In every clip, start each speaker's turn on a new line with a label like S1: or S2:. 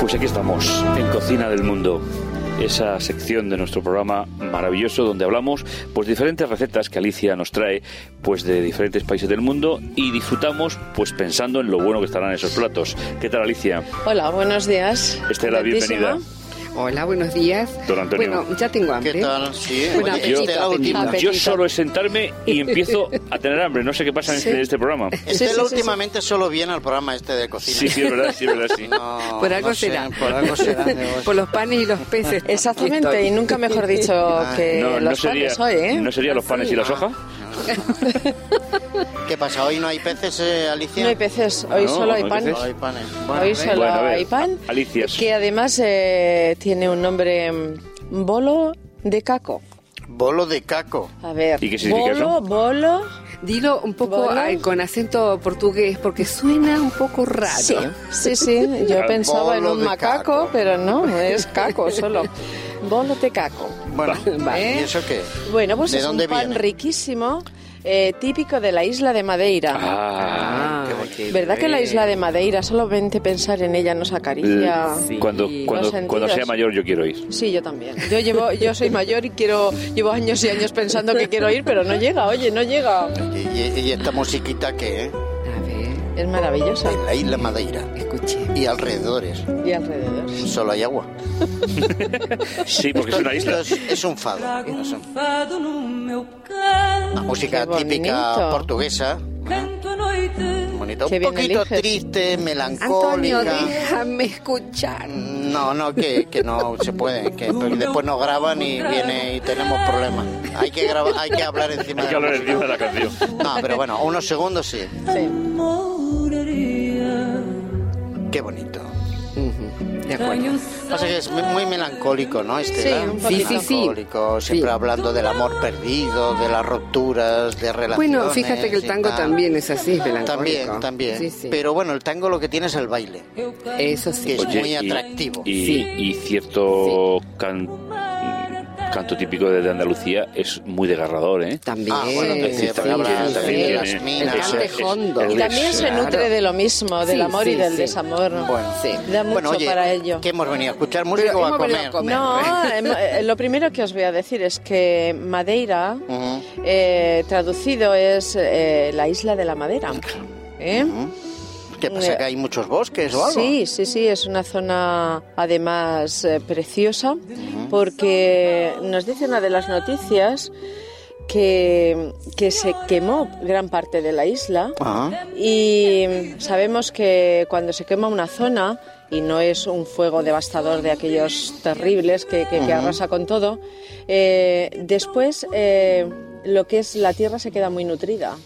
S1: Pues aquí estamos, en Cocina del Mundo, esa sección de nuestro programa maravilloso donde hablamos pues diferentes recetas que Alicia nos trae pues de diferentes países del mundo y disfrutamos pues pensando en lo bueno que estarán esos platos. ¿Qué tal Alicia?
S2: Hola, buenos días.
S1: Estela, bienvenida.
S3: Hola, buenos días.
S1: Don Antonio.
S3: Bueno, ya tengo hambre.
S4: ¿Qué tal? Sí,
S3: Buen
S4: oye,
S3: apetito,
S4: esta es la
S3: apetito.
S4: última.
S2: Apetito.
S1: Yo solo es sentarme y empiezo a tener hambre. No sé qué pasa en, este, en este programa.
S2: Sí, sí,
S4: Estela
S2: sí,
S4: últimamente solo viene al programa este de cocina.
S1: Sí, sí, es verdad, sí, es verdad, sí.
S4: No,
S3: Por algo
S4: no sé,
S3: será.
S4: por algo será. debo-
S3: Por los panes y los peces.
S2: Exactamente,
S3: Estoy.
S2: y nunca mejor dicho que
S1: No, no
S2: Eh, los
S1: sería,
S2: panes hoy, ¿eh?
S1: ¿no sería los panes y la soja?
S4: ¿Qué pasa? ¿Hoy no hay peces, eh, Alicia?
S2: No hay peces, hoy
S1: No,
S2: solo hay
S1: no hay
S2: pan.
S1: peces.
S4: No hay panes.
S2: Hoy solo
S1: Bueno, a ver,
S2: hay pan.
S1: Alicia.
S2: Que además eh, tiene un nombre mm, bolo de caco.
S4: Bolo de caco.
S2: A ver,
S1: ¿Y qué significa
S2: bolo,
S1: eso?
S2: bolo.
S3: Dilo un poco
S2: ¿Bola?
S3: ay, con acento portugués porque suena un poco raro.
S2: Sí, sí, sí. Yo
S1: Al
S2: pensaba en
S4: bolo
S2: un
S4: de
S2: macaco,
S4: caco.
S2: pero no, es caco solo. Bolo de caco.
S4: Bueno,
S3: Vale.
S4: ¿y eso qué?
S2: ¿Eh? Bueno, pues
S4: ¿De
S2: es un
S4: dónde
S2: pan
S4: viene?
S2: riquísimo, eh, típico de la isla de Madeira.
S1: Ah,
S3: Ah,
S2: ¿Verdad que la isla de Madeira, solamente pensar en ella nos acaricia?
S3: Sí.
S1: cuando, cuando,
S2: Los
S1: cuando sea
S2: sentidos.
S1: mayor yo quiero ir.
S2: Sí, yo también. Yo llevo, yo soy mayor y quiero, llevo años y años pensando que quiero ir, pero no llega, oye, no llega.
S4: ¿Y, y- y esta musiquita qué? Eh?
S3: A ver,
S2: Es maravillosa.
S4: En la isla Madeira
S3: escuché.
S4: y alrededores.
S2: Y alrededor.
S4: Solo hay agua.
S1: Sí, porque es
S4: Esto-
S1: una isla.
S4: esto Es, es un fado.
S5: Trago
S4: Es
S5: um
S4: un-
S5: fado no meu canto,
S4: Una música
S2: Qué bonito.
S4: típica portuguesa.
S5: canto a noite.
S4: Bonita.
S2: Qué
S4: Un
S2: bien
S4: poquito
S2: eliges.
S4: triste, melancólica.
S3: Antonio, déjame escuchar.
S4: No, no, que, que no se puede, que después nos graban y viene y tenemos problemas. Hay que grabar, hay que hablar encima
S1: Hay que
S4: de la
S1: hablar encima
S4: música.
S1: de la canción.
S4: No, pero bueno, unos segundos sí.
S2: Sí.
S5: Moraria.
S4: Qué bonito.
S3: De acuerdo.
S4: Pasa que es muy- muy melancólico, ¿no? Este,
S2: Sí,
S4: ¿verdad?
S2: un
S3: poquito. Sí, sí, sí.
S4: Melancólico,
S3: Sí.
S4: siempre hablando del amor perdido, de las rupturas, de relaciones.
S3: Bueno, fíjate que el
S4: y
S3: tango
S4: tal.
S3: también es así, es melancólico.
S4: También, también.
S3: Sí, sí.
S4: Pero bueno, el tango lo que tiene es el baile.
S3: Eso sí.
S4: que es
S1: Oye,
S4: muy
S1: y-
S4: atractivo.
S1: Y,
S3: Sí.
S1: y cierto can- canto típico de de Andalucía es muy desgarrador, ¿eh?
S3: También.
S4: Ah, bueno, que
S1: Sí,
S4: sí,
S3: sí,
S4: también habla
S3: sí,
S4: también
S3: sí.
S4: de las minas.
S3: El cante
S1: Es- es-
S3: hondo.
S1: es-
S2: Y también se
S1: claro.
S2: nutre de lo mismo, del
S3: Sí,
S2: amor y
S3: sí,
S2: del
S3: sí.
S2: desamor.
S4: Bueno,
S3: sí.
S2: Da mucho
S4: Bueno, oye,
S2: para ello.
S4: ¿qué hemos venido? ¿A escuchar música
S3: Pero
S4: o a
S3: hemos venido
S4: comer?
S3: a comer.
S2: No, em- eh, lo primero que os voy a decir es que Madeira,
S4: Ujú.
S2: eh, traducido, es eh, la isla de la madera. ¿Eh?
S4: ¿Qué pasa? ¿Que hay muchos bosques o algo?
S2: Sí, sí, sí, es una zona además eh, preciosa porque nos dice una de las noticias que, que se quemó gran parte de la isla
S4: Ajá.
S2: y sabemos que cuando se quema una zona y no es un fuego devastador de aquellos terribles que, que- que arrasa con todo, eh, después eh, lo que es la tierra se queda muy nutrida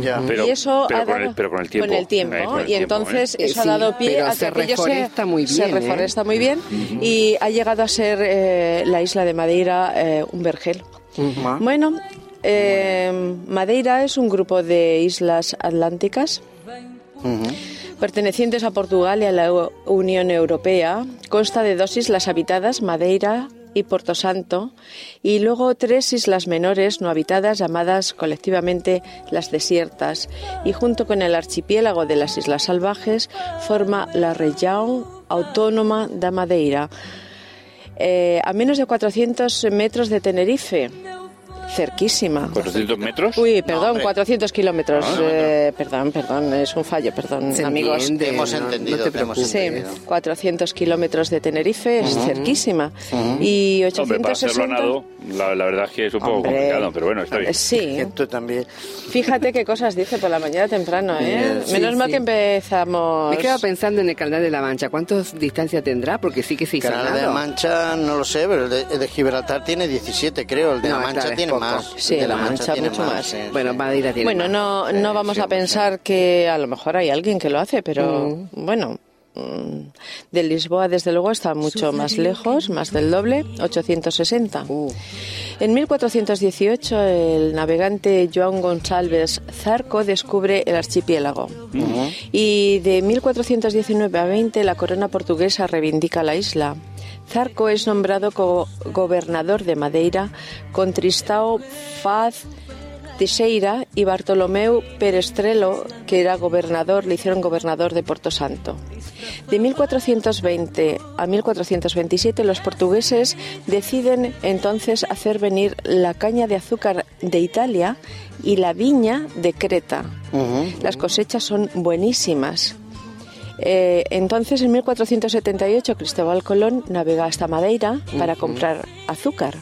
S4: Ya.
S1: Pero,
S2: y eso
S1: pero
S2: ha
S1: con el,
S2: dado-
S1: pero con el tiempo.
S2: con el tiempo,
S1: Eh, con el
S2: y
S1: tiempo,
S2: entonces
S1: ¿eh?
S2: eso
S3: Sí,
S2: ha dado pie
S3: pero
S2: a que
S3: se
S2: aquello
S3: reforesta muy
S2: se
S3: bien, ¿eh?
S2: reforesta muy bien y ha llegado a ser eh, la isla de Madeira eh, un vergel. Bueno, eh, Madeira es un grupo de islas atlánticas pertenecientes a Portugal y a la Eu- Unión Europea, consta de dos islas habitadas, Madeira y Porto Santo, y luego tres islas menores no habitadas llamadas colectivamente las desiertas, y junto con el archipiélago de las Islas Salvajes forma la región autónoma de Madeira, eh, a menos de 400 metros de Tenerife, cerquísima.
S1: 400 ¿eh? metros.
S2: Uy, perdón,
S4: hombre.
S2: 400 kilómetros.
S1: Ah, no, no.
S2: eh, perdón, perdón, es un fallo, perdón,
S3: Se
S2: amigos.
S3: entiende,
S4: Hemos
S3: eh, no- no
S4: entendido,
S3: te
S4: te hemos
S3: preocupes.
S2: Sí,
S4: entendido.
S2: 400 kilómetros de Tenerife es cerquísima. Y
S1: Hombre, para
S2: 860...
S1: hacerlo a nado, la, la verdad es que es un poco
S2: Hombre.
S1: complicado, pero bueno, está bien.
S2: Eh, Sí,
S4: Esto también.
S2: fíjate qué cosas dice por la mañana temprano, ¿eh?
S3: Sí,
S2: Menos mal
S3: sí.
S2: que empezamos...
S3: Me quedo pensando en el Canal de la Mancha. ¿Cuántas distancias tendrá? Porque sí que se hizo
S4: Canal de la
S3: nado.
S4: Mancha, no lo sé, pero el de, el de Gibraltar tiene 17, creo. El de
S3: No,
S4: la Mancha
S3: claro, es
S4: tiene
S3: poco.
S4: más.
S2: Sí,
S4: el de
S2: la Mancha mucho más.
S4: sí,
S3: Bueno,
S4: sí.
S3: Madeira tiene
S2: Bueno, no,
S3: más.
S2: no vamos a pensar que a lo mejor hay alguien que lo hace, pero bueno, mm, de Lisboa desde luego está mucho más lejos, más del doble, 860. En 1418 el navegante Joan González Zarco descubre el archipiélago y de 1419 a 20 la corona portuguesa reivindica la isla. Zarco es nombrado co- gobernador de Madeira con Tristão Faz Teixeira y Bartolomeu Perestrelo, que era gobernador, le hicieron gobernador de Porto Santo. De 1420 a 1427 los portugueses deciden entonces hacer venir la caña de azúcar de Italia y la viña de Creta.
S4: Ujú.
S2: Las cosechas son buenísimas. Eh, entonces, en 1478, Cristóbal Colón navega hasta Madeira para comprar azúcar.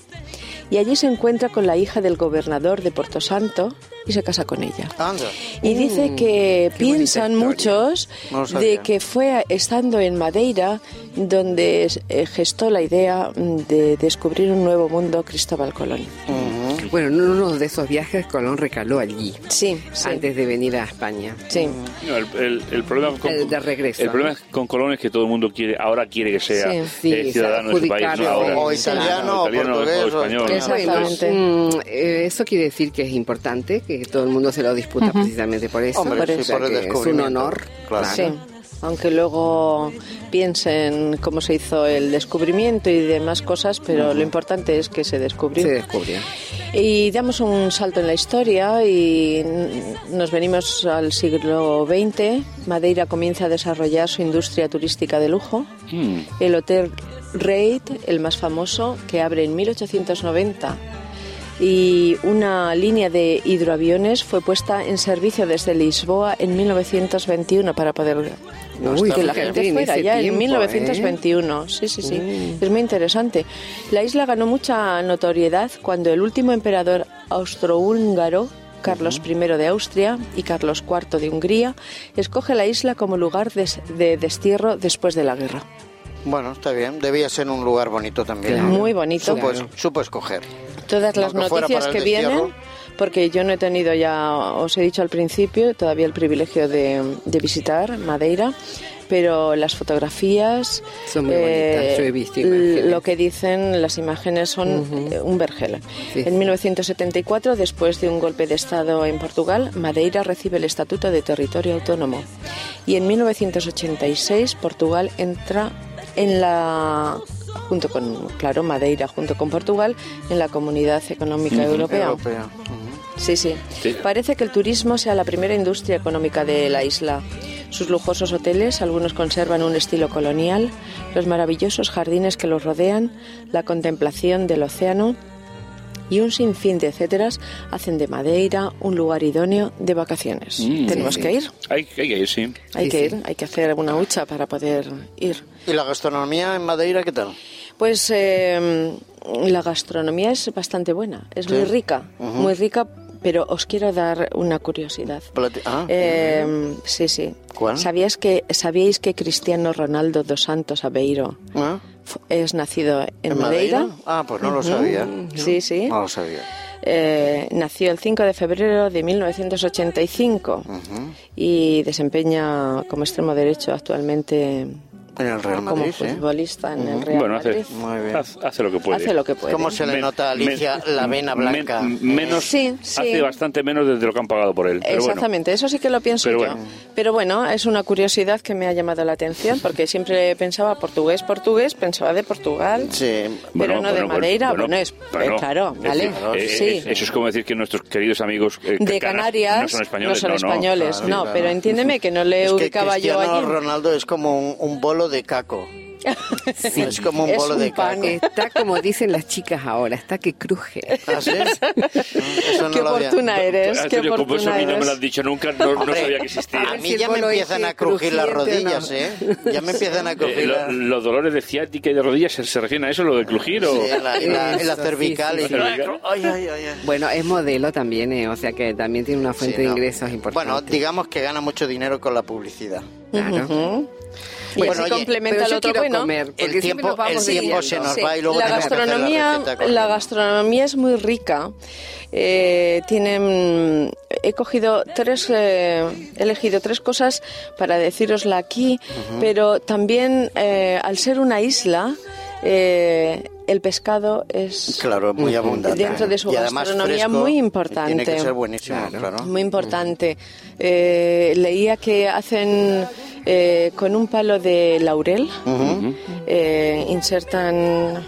S2: Y allí se encuentra con la hija del gobernador de Porto Santo y se casa con ella.
S4: Anda.
S2: Y
S4: Mm,
S2: dice que
S3: qué
S2: piensan
S3: bonita
S2: muchos
S4: No lo
S2: de
S4: sabía.
S2: que fue estando en Madeira donde eh, gestó la idea mm, de descubrir un nuevo mundo Cristóbal Colón.
S4: Ujú.
S3: Bueno, en uno de esos viajes Colón recaló allí,
S2: Sí, sí.
S3: antes de venir a España.
S2: sí.
S1: No, el, el- el problema con,
S3: El de regreso,
S1: el problema
S3: ¿no?
S1: con Colón es que todo el mundo quiere ahora quiere que sea
S2: Sí,
S3: sí,
S1: eh, ciudadano de su país, no
S3: adjudicarlo.
S1: ahora.
S4: O
S3: Sí.
S4: italiano, o
S1: italiano,
S4: portugués, o
S1: español.
S4: español.
S3: Bueno,
S2: Exactamente.
S3: mm, eh, eso quiere decir que es importante, que todo el mundo se lo disputa precisamente por eso.
S4: Hombre,
S3: O
S4: sí,
S3: sea,
S4: por el
S3: que es un
S4: descubrimiento.
S3: honor.
S4: Claro.
S2: Sí, aunque luego piensen cómo se hizo el descubrimiento y demás cosas, pero lo importante es que se descubrió.
S3: Se descubrió.
S2: Y damos un salto en la historia y n- nos venimos al siglo XX. Madeira comienza a desarrollar su industria turística de lujo.
S1: Mm.
S2: El Hotel Reid, el más famoso, que abre en 1890. Y una línea de hidroaviones fue puesta en servicio desde Lisboa en 1921 para poder
S3: No,
S2: Uy,
S3: está
S2: que la
S3: bien.
S2: gente
S3: En
S2: fuera
S3: ese
S2: ya en
S3: tiempo, ¿eh? Mm.
S2: 1921. Sí, sí, sí. Es muy interesante. La isla ganó mucha notoriedad cuando el último emperador austrohúngaro, Carlos I de Austria y Carlos IV de Hungría, escoge la isla como lugar des- de destierro después de la guerra.
S4: Bueno, está bien. Debía ser un lugar bonito también.
S2: Claro. Muy bonito.
S4: Supo,
S2: Claro.
S4: supo escoger.
S2: Todas las
S4: Aunque fuera
S2: noticias
S4: para
S2: que
S4: el destierro.
S2: vienen, porque yo no he tenido ya, os he dicho al principio, todavía el privilegio de, de visitar Madeira, pero las fotografías, eh,
S3: Son muy bonitas, yo he visto imágenes.
S2: lo que dicen las imágenes son eh, un vergel.
S3: Sí.
S2: En 1974, después de un golpe de Estado en Portugal, Madeira recibe el estatuto de territorio autónomo. Y en 1986, Portugal entra en la junto con, claro, Madeira junto con Portugal, en la Comunidad Económica Europea.
S4: Europea. Ujú.
S2: Sí, sí,
S1: Sí.
S2: Parece que el turismo sea la primera industria económica de la isla. Sus lujosos hoteles, algunos conservan un estilo colonial, los maravillosos jardines que los rodean, la contemplación del océano y un sinfín de etcéteras hacen de Madeira un lugar idóneo de vacaciones.
S1: Mm.
S2: Tenemos
S3: Sí, sí.
S2: que ir,
S1: Hay, hay que ir, sí.
S2: hay
S3: Sí,
S2: que
S3: sí.
S2: ir, hay que hacer una hucha para poder ir.
S4: ¿Y la gastronomía en Madeira qué tal?
S2: Pues eh, la gastronomía es bastante buena, es muy rica, muy rica, pero os quiero dar una curiosidad.
S4: Plati- ah,
S2: Eh, sí, sí.
S4: ¿Cuál?
S2: ¿Sabías que, ¿Sabíais que Cristiano Ronaldo dos Santos Aveiro
S4: ¿Ah?
S2: fu- es nacido en,
S4: ¿En
S2: Madeira?
S4: Madeira? Ah, pues no lo sabía.
S2: Sí, sí.
S4: No lo sabía.
S2: Eh, nació el 5 de febrero de 1985 y desempeña como extremo derecho actualmente
S4: En el Real
S2: como
S4: Madrid, ¿eh?
S2: futbolista en el Real
S1: bueno, hace,
S2: Madrid.
S4: Muy bien.
S1: hace, hace lo que puede.
S2: Hace lo que puede.
S4: ¿Cómo se le
S1: Men-
S4: nota a Alicia
S1: men-
S4: la vena
S1: men-
S4: blanca?
S1: menos,
S2: Sí, sí.
S1: Hace bastante menos desde lo que han pagado por él. pero bueno.
S2: Exactamente, eso sí que lo pienso
S1: Pero
S2: yo.
S1: bueno.
S2: Pero bueno, es una curiosidad que me ha llamado la atención porque siempre pensaba portugués, portugués, pensaba de Portugal.
S4: Sí.
S2: Pero no de Madeira, bueno, es- eh, claro, vale,
S1: decir,
S2: sí.
S1: eh, es- eso es como decir que nuestros queridos amigos eh,
S2: De
S1: canas
S2: Canarias
S1: no son españoles.
S2: no,
S1: no, Ah,
S4: Claro,
S2: no,
S4: claro.
S2: pero entiéndeme que no le
S4: Es que
S2: ubicaba yo
S4: Cristiano
S2: allí.
S4: Ronaldo es como un, un bolo de caco.
S2: Sí,
S4: Es como un
S2: es
S4: bolo
S2: un
S4: de
S2: pan.
S4: caco.
S3: Está como dicen las chicas ahora, está que cruje.
S4: ¿Ah, sí? Mm, Eso no
S2: qué
S4: lo había-
S2: oportuna eres,
S1: Ah,
S2: qué
S1: Antonio, como eso a
S2: oportuna
S1: mí no me
S2: eres.
S1: lo has dicho nunca, no, no
S4: Hombre.
S1: sabía que existía.
S2: Ah,
S4: A
S3: ver
S4: mí
S3: si el
S4: ya me
S3: bolo
S4: empiezan
S3: ese
S4: a crujir las
S3: crujiente,
S4: rodillas,
S3: ¿no?
S4: ¿eh? Ya me empiezan a crujir
S1: Eh, lo-
S4: las...
S1: ¿Los dolores de ciática y de rodillas se, se refieren a eso, lo de crujir? O...
S4: sí, en la, en la- en la
S3: Eso, sí,
S4: cervical.
S3: sí,
S4: y-
S1: sí.
S4: Ay, ay, ay, ay.
S3: Bueno, es modelo también, eh, o sea que también tiene una fuente
S4: Sí,
S3: de
S4: no.
S3: ingresos importante.
S4: Bueno, digamos que gana mucho dinero con la publicidad.
S3: Claro.
S2: Y
S4: Bueno,
S2: así
S4: oye,
S2: complementa
S3: pero
S2: el
S3: yo
S2: otro
S3: quiero
S2: bueno.
S3: comer, porque
S4: El
S3: siempre
S4: tiempo,
S3: nos vamos
S4: el tiempo
S3: debiendo.
S4: se nos
S2: Sí.
S4: va y luego
S2: la
S4: tenemos que hacer
S2: gastronomía,
S4: receta
S2: la,
S4: corriendo.
S2: gastronomía es muy rica. Eh, tienen, he cogido tres, eh, he elegido tres cosas para decirosla aquí, pero también eh, al ser una isla, eh, el pescado es
S4: Claro, es muy abundante.
S2: Dentro de su
S4: y además
S2: gastronomía
S4: fresco,
S2: muy
S4: y Tiene
S2: importante.
S4: que ser buenísimo, claro.
S2: Muy importante. Eh, leía que hacen eh, con un palo de laurel, eh, insertan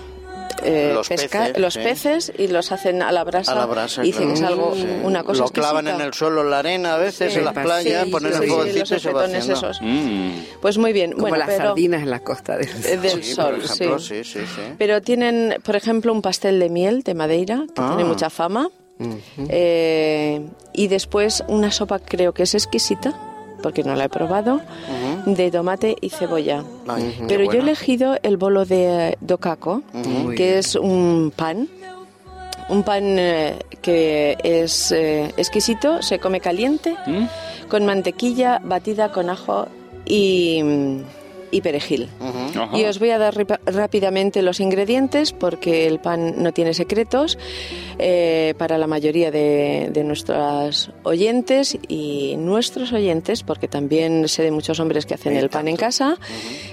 S2: eh,
S4: Los
S2: pesca-
S4: peces,
S2: los
S4: sí.
S2: peces y los hacen a la brasa.
S4: A la brasa,
S2: y dicen
S4: claro.
S2: que es algo,
S4: Sí.
S2: una cosa
S4: Lo clavan
S2: exquisita. Eh,
S4: en el suelo, en la arena a veces,
S3: Sí,
S4: en las
S3: sí,
S4: playas,
S3: sí,
S4: ponen
S3: sí,
S4: el
S3: sí,
S4: fuegocito y
S2: los
S4: se va
S2: ofertones
S4: haciendo.
S2: esos.
S1: Mm.
S2: Pues muy bien.
S3: Como
S2: bueno,
S3: las
S2: pero,
S3: sardinas en la costa del
S2: eh, del
S4: Sí,
S2: sol,
S4: por ejemplo, sí, sí, sí.
S2: Pero tienen, por ejemplo, un pastel de miel de Madeira, que
S4: Ah.
S2: tiene mucha fama. Eh, y después una sopa, creo que es exquisita, porque no la he probado, de tomate y cebolla.
S4: Ay, qué
S2: Pero yo he
S4: buena.
S2: elegido el bolo de docaco,
S3: Muy
S2: que
S3: bien.
S2: es un pan. Un pan eh, que es eh, exquisito, se come caliente,
S1: Mm.
S2: con mantequilla batida con ajo y, y perejil.
S4: Ujú.
S1: Ajá.
S2: Y os voy a dar ripa- rápidamente los ingredientes porque el pan no tiene secretos eh, para la mayoría de, de nuestras oyentes y nuestros oyentes, porque también sé de muchos hombres que hacen
S4: Sí,
S2: el pan en
S4: tanto.
S2: casa,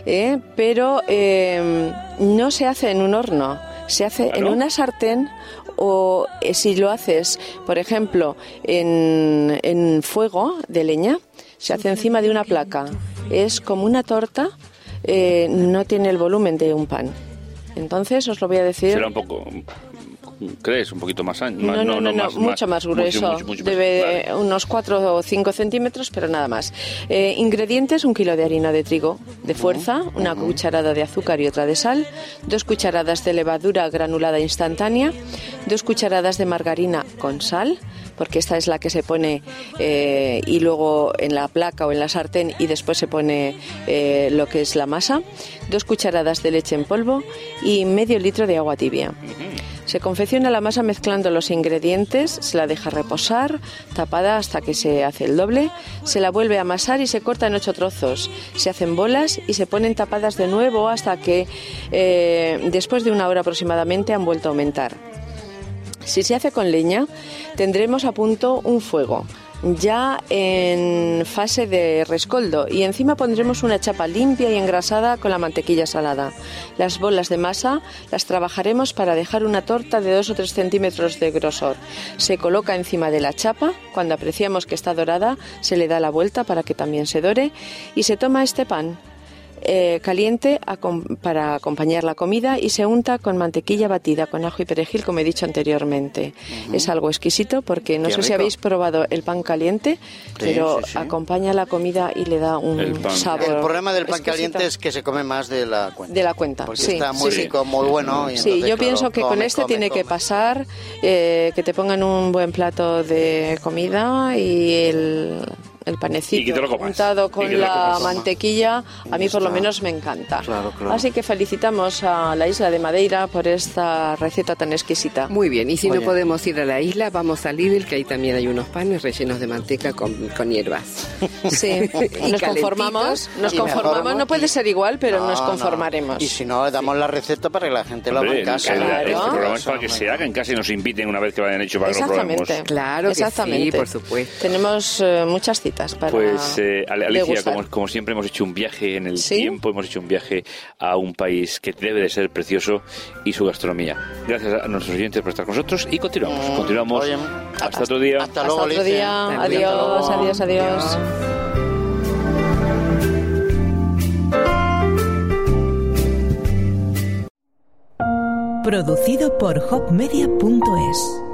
S2: eh, pero eh, no se hace en un horno, se hace
S1: ¿Ah,
S2: en
S1: no?
S2: una sartén o eh, si lo haces, por ejemplo, en, en fuego de leña, se hace encima de una placa. Es como una torta, eh, no tiene el volumen de un pan. Entonces os lo voy a decir.
S1: Será un poco. ¿Crees? Un poquito más ancho.
S2: No, no, no, no, mucho más grueso.
S1: mucho, mucho más-
S2: Debe de
S1: vale.
S2: unos 4 o 5 centímetros, pero nada más. Eh, ingredientes, un kilo de harina de trigo de fuerza, una cucharada de azúcar y otra de sal, dos cucharadas de levadura granulada instantánea, dos cucharadas de margarina con sal, porque esta es la que se pone eh, y luego en la placa o en la sartén y después se pone eh, lo que es la masa, dos cucharadas de leche en polvo y medio litro de agua tibia. Se confecciona la masa mezclando los ingredientes, se la deja reposar, tapada hasta que se hace el doble, se la vuelve a amasar y se corta en ocho trozos. Se hacen bolas y se ponen tapadas de nuevo hasta que eh, después de una hora aproximadamente han vuelto a aumentar. Si se hace con leña, tendremos a punto un fuego ya en fase de rescoldo y encima pondremos una chapa limpia y engrasada con la mantequilla salada. Las bolas de masa las trabajaremos para dejar una torta de 2 o 3 centímetros de grosor. Se coloca encima de la chapa, cuando apreciamos que está dorada se le da la vuelta para que también se dore y se toma este pan eh, caliente acom- para acompañar la comida y se unta con mantequilla batida con ajo y perejil, como he dicho anteriormente. Es algo exquisito porque no
S4: Qué
S2: sé si
S4: rico.
S2: habéis probado el pan caliente, pero
S4: sí, sí.
S2: acompaña la comida y le da
S1: El
S2: un
S1: pan.
S2: sabor.
S4: El problema del pan
S2: exquisito.
S4: caliente es que se come más de la cuenta.
S2: De la cuenta,
S4: Porque
S2: sí,
S4: está muy
S2: sí, sí.
S4: rico, muy bueno. y
S2: Sí,
S4: entonces,
S2: yo
S4: claro,
S2: pienso que con
S4: come,
S2: este
S4: come,
S2: tiene que
S4: come.
S2: pasar eh, que te pongan un buen plato de comida y el, el panecito
S1: Y que te lo comas.
S2: untado
S1: Y que te
S2: con
S1: lo
S2: la
S1: comas.
S2: mantequilla, a mí por lo
S4: Está.
S2: menos me encanta.
S4: Claro, claro.
S2: Así que felicitamos a la isla de Madeira por esta receta tan exquisita.
S3: Muy bien, y si
S4: Muy
S3: no
S4: bien.
S3: podemos ir a la isla, vamos a Lidl, que ahí también hay unos panes rellenos de manteca con, con hierbas.
S2: Sí,
S3: Y
S2: nos conformamos,
S3: calentitos,
S2: nos
S4: y mejor,
S2: conformamos,
S4: ¿no?
S2: no puede ser igual, pero
S4: No,
S2: nos
S4: no.
S2: conformaremos.
S4: Y si no, damos la receta para que la gente lo haga
S1: Hombre,
S4: en casa.
S1: el- el-
S2: Claro.
S1: Este programa es para que
S4: Eso,
S1: se
S4: hombre.
S1: haga en casa y nos inviten una vez que lo hayan hecho para que lo probemos.
S2: Exactamente.
S3: Claro que sí, por supuesto.
S2: Tenemos eh, muchas citas para
S1: Pues eh, Ale- Alicia,
S2: degustar.
S1: como, como siempre hemos hecho un viaje en el
S2: ¿Sí?
S1: tiempo, hemos hecho un viaje a un país que debe de ser precioso y su gastronomía. Gracias a nuestros oyentes por estar con nosotros y continuamos.
S4: Mm,
S1: Continuamos.
S4: oye,
S1: hasta otro día.
S4: Hasta
S2: Hasta
S4: luego,
S2: otro
S4: Alicia.
S2: día.
S3: Hasta luego.
S2: Adiós, adiós, adiós.
S6: Producido por hopmedia.es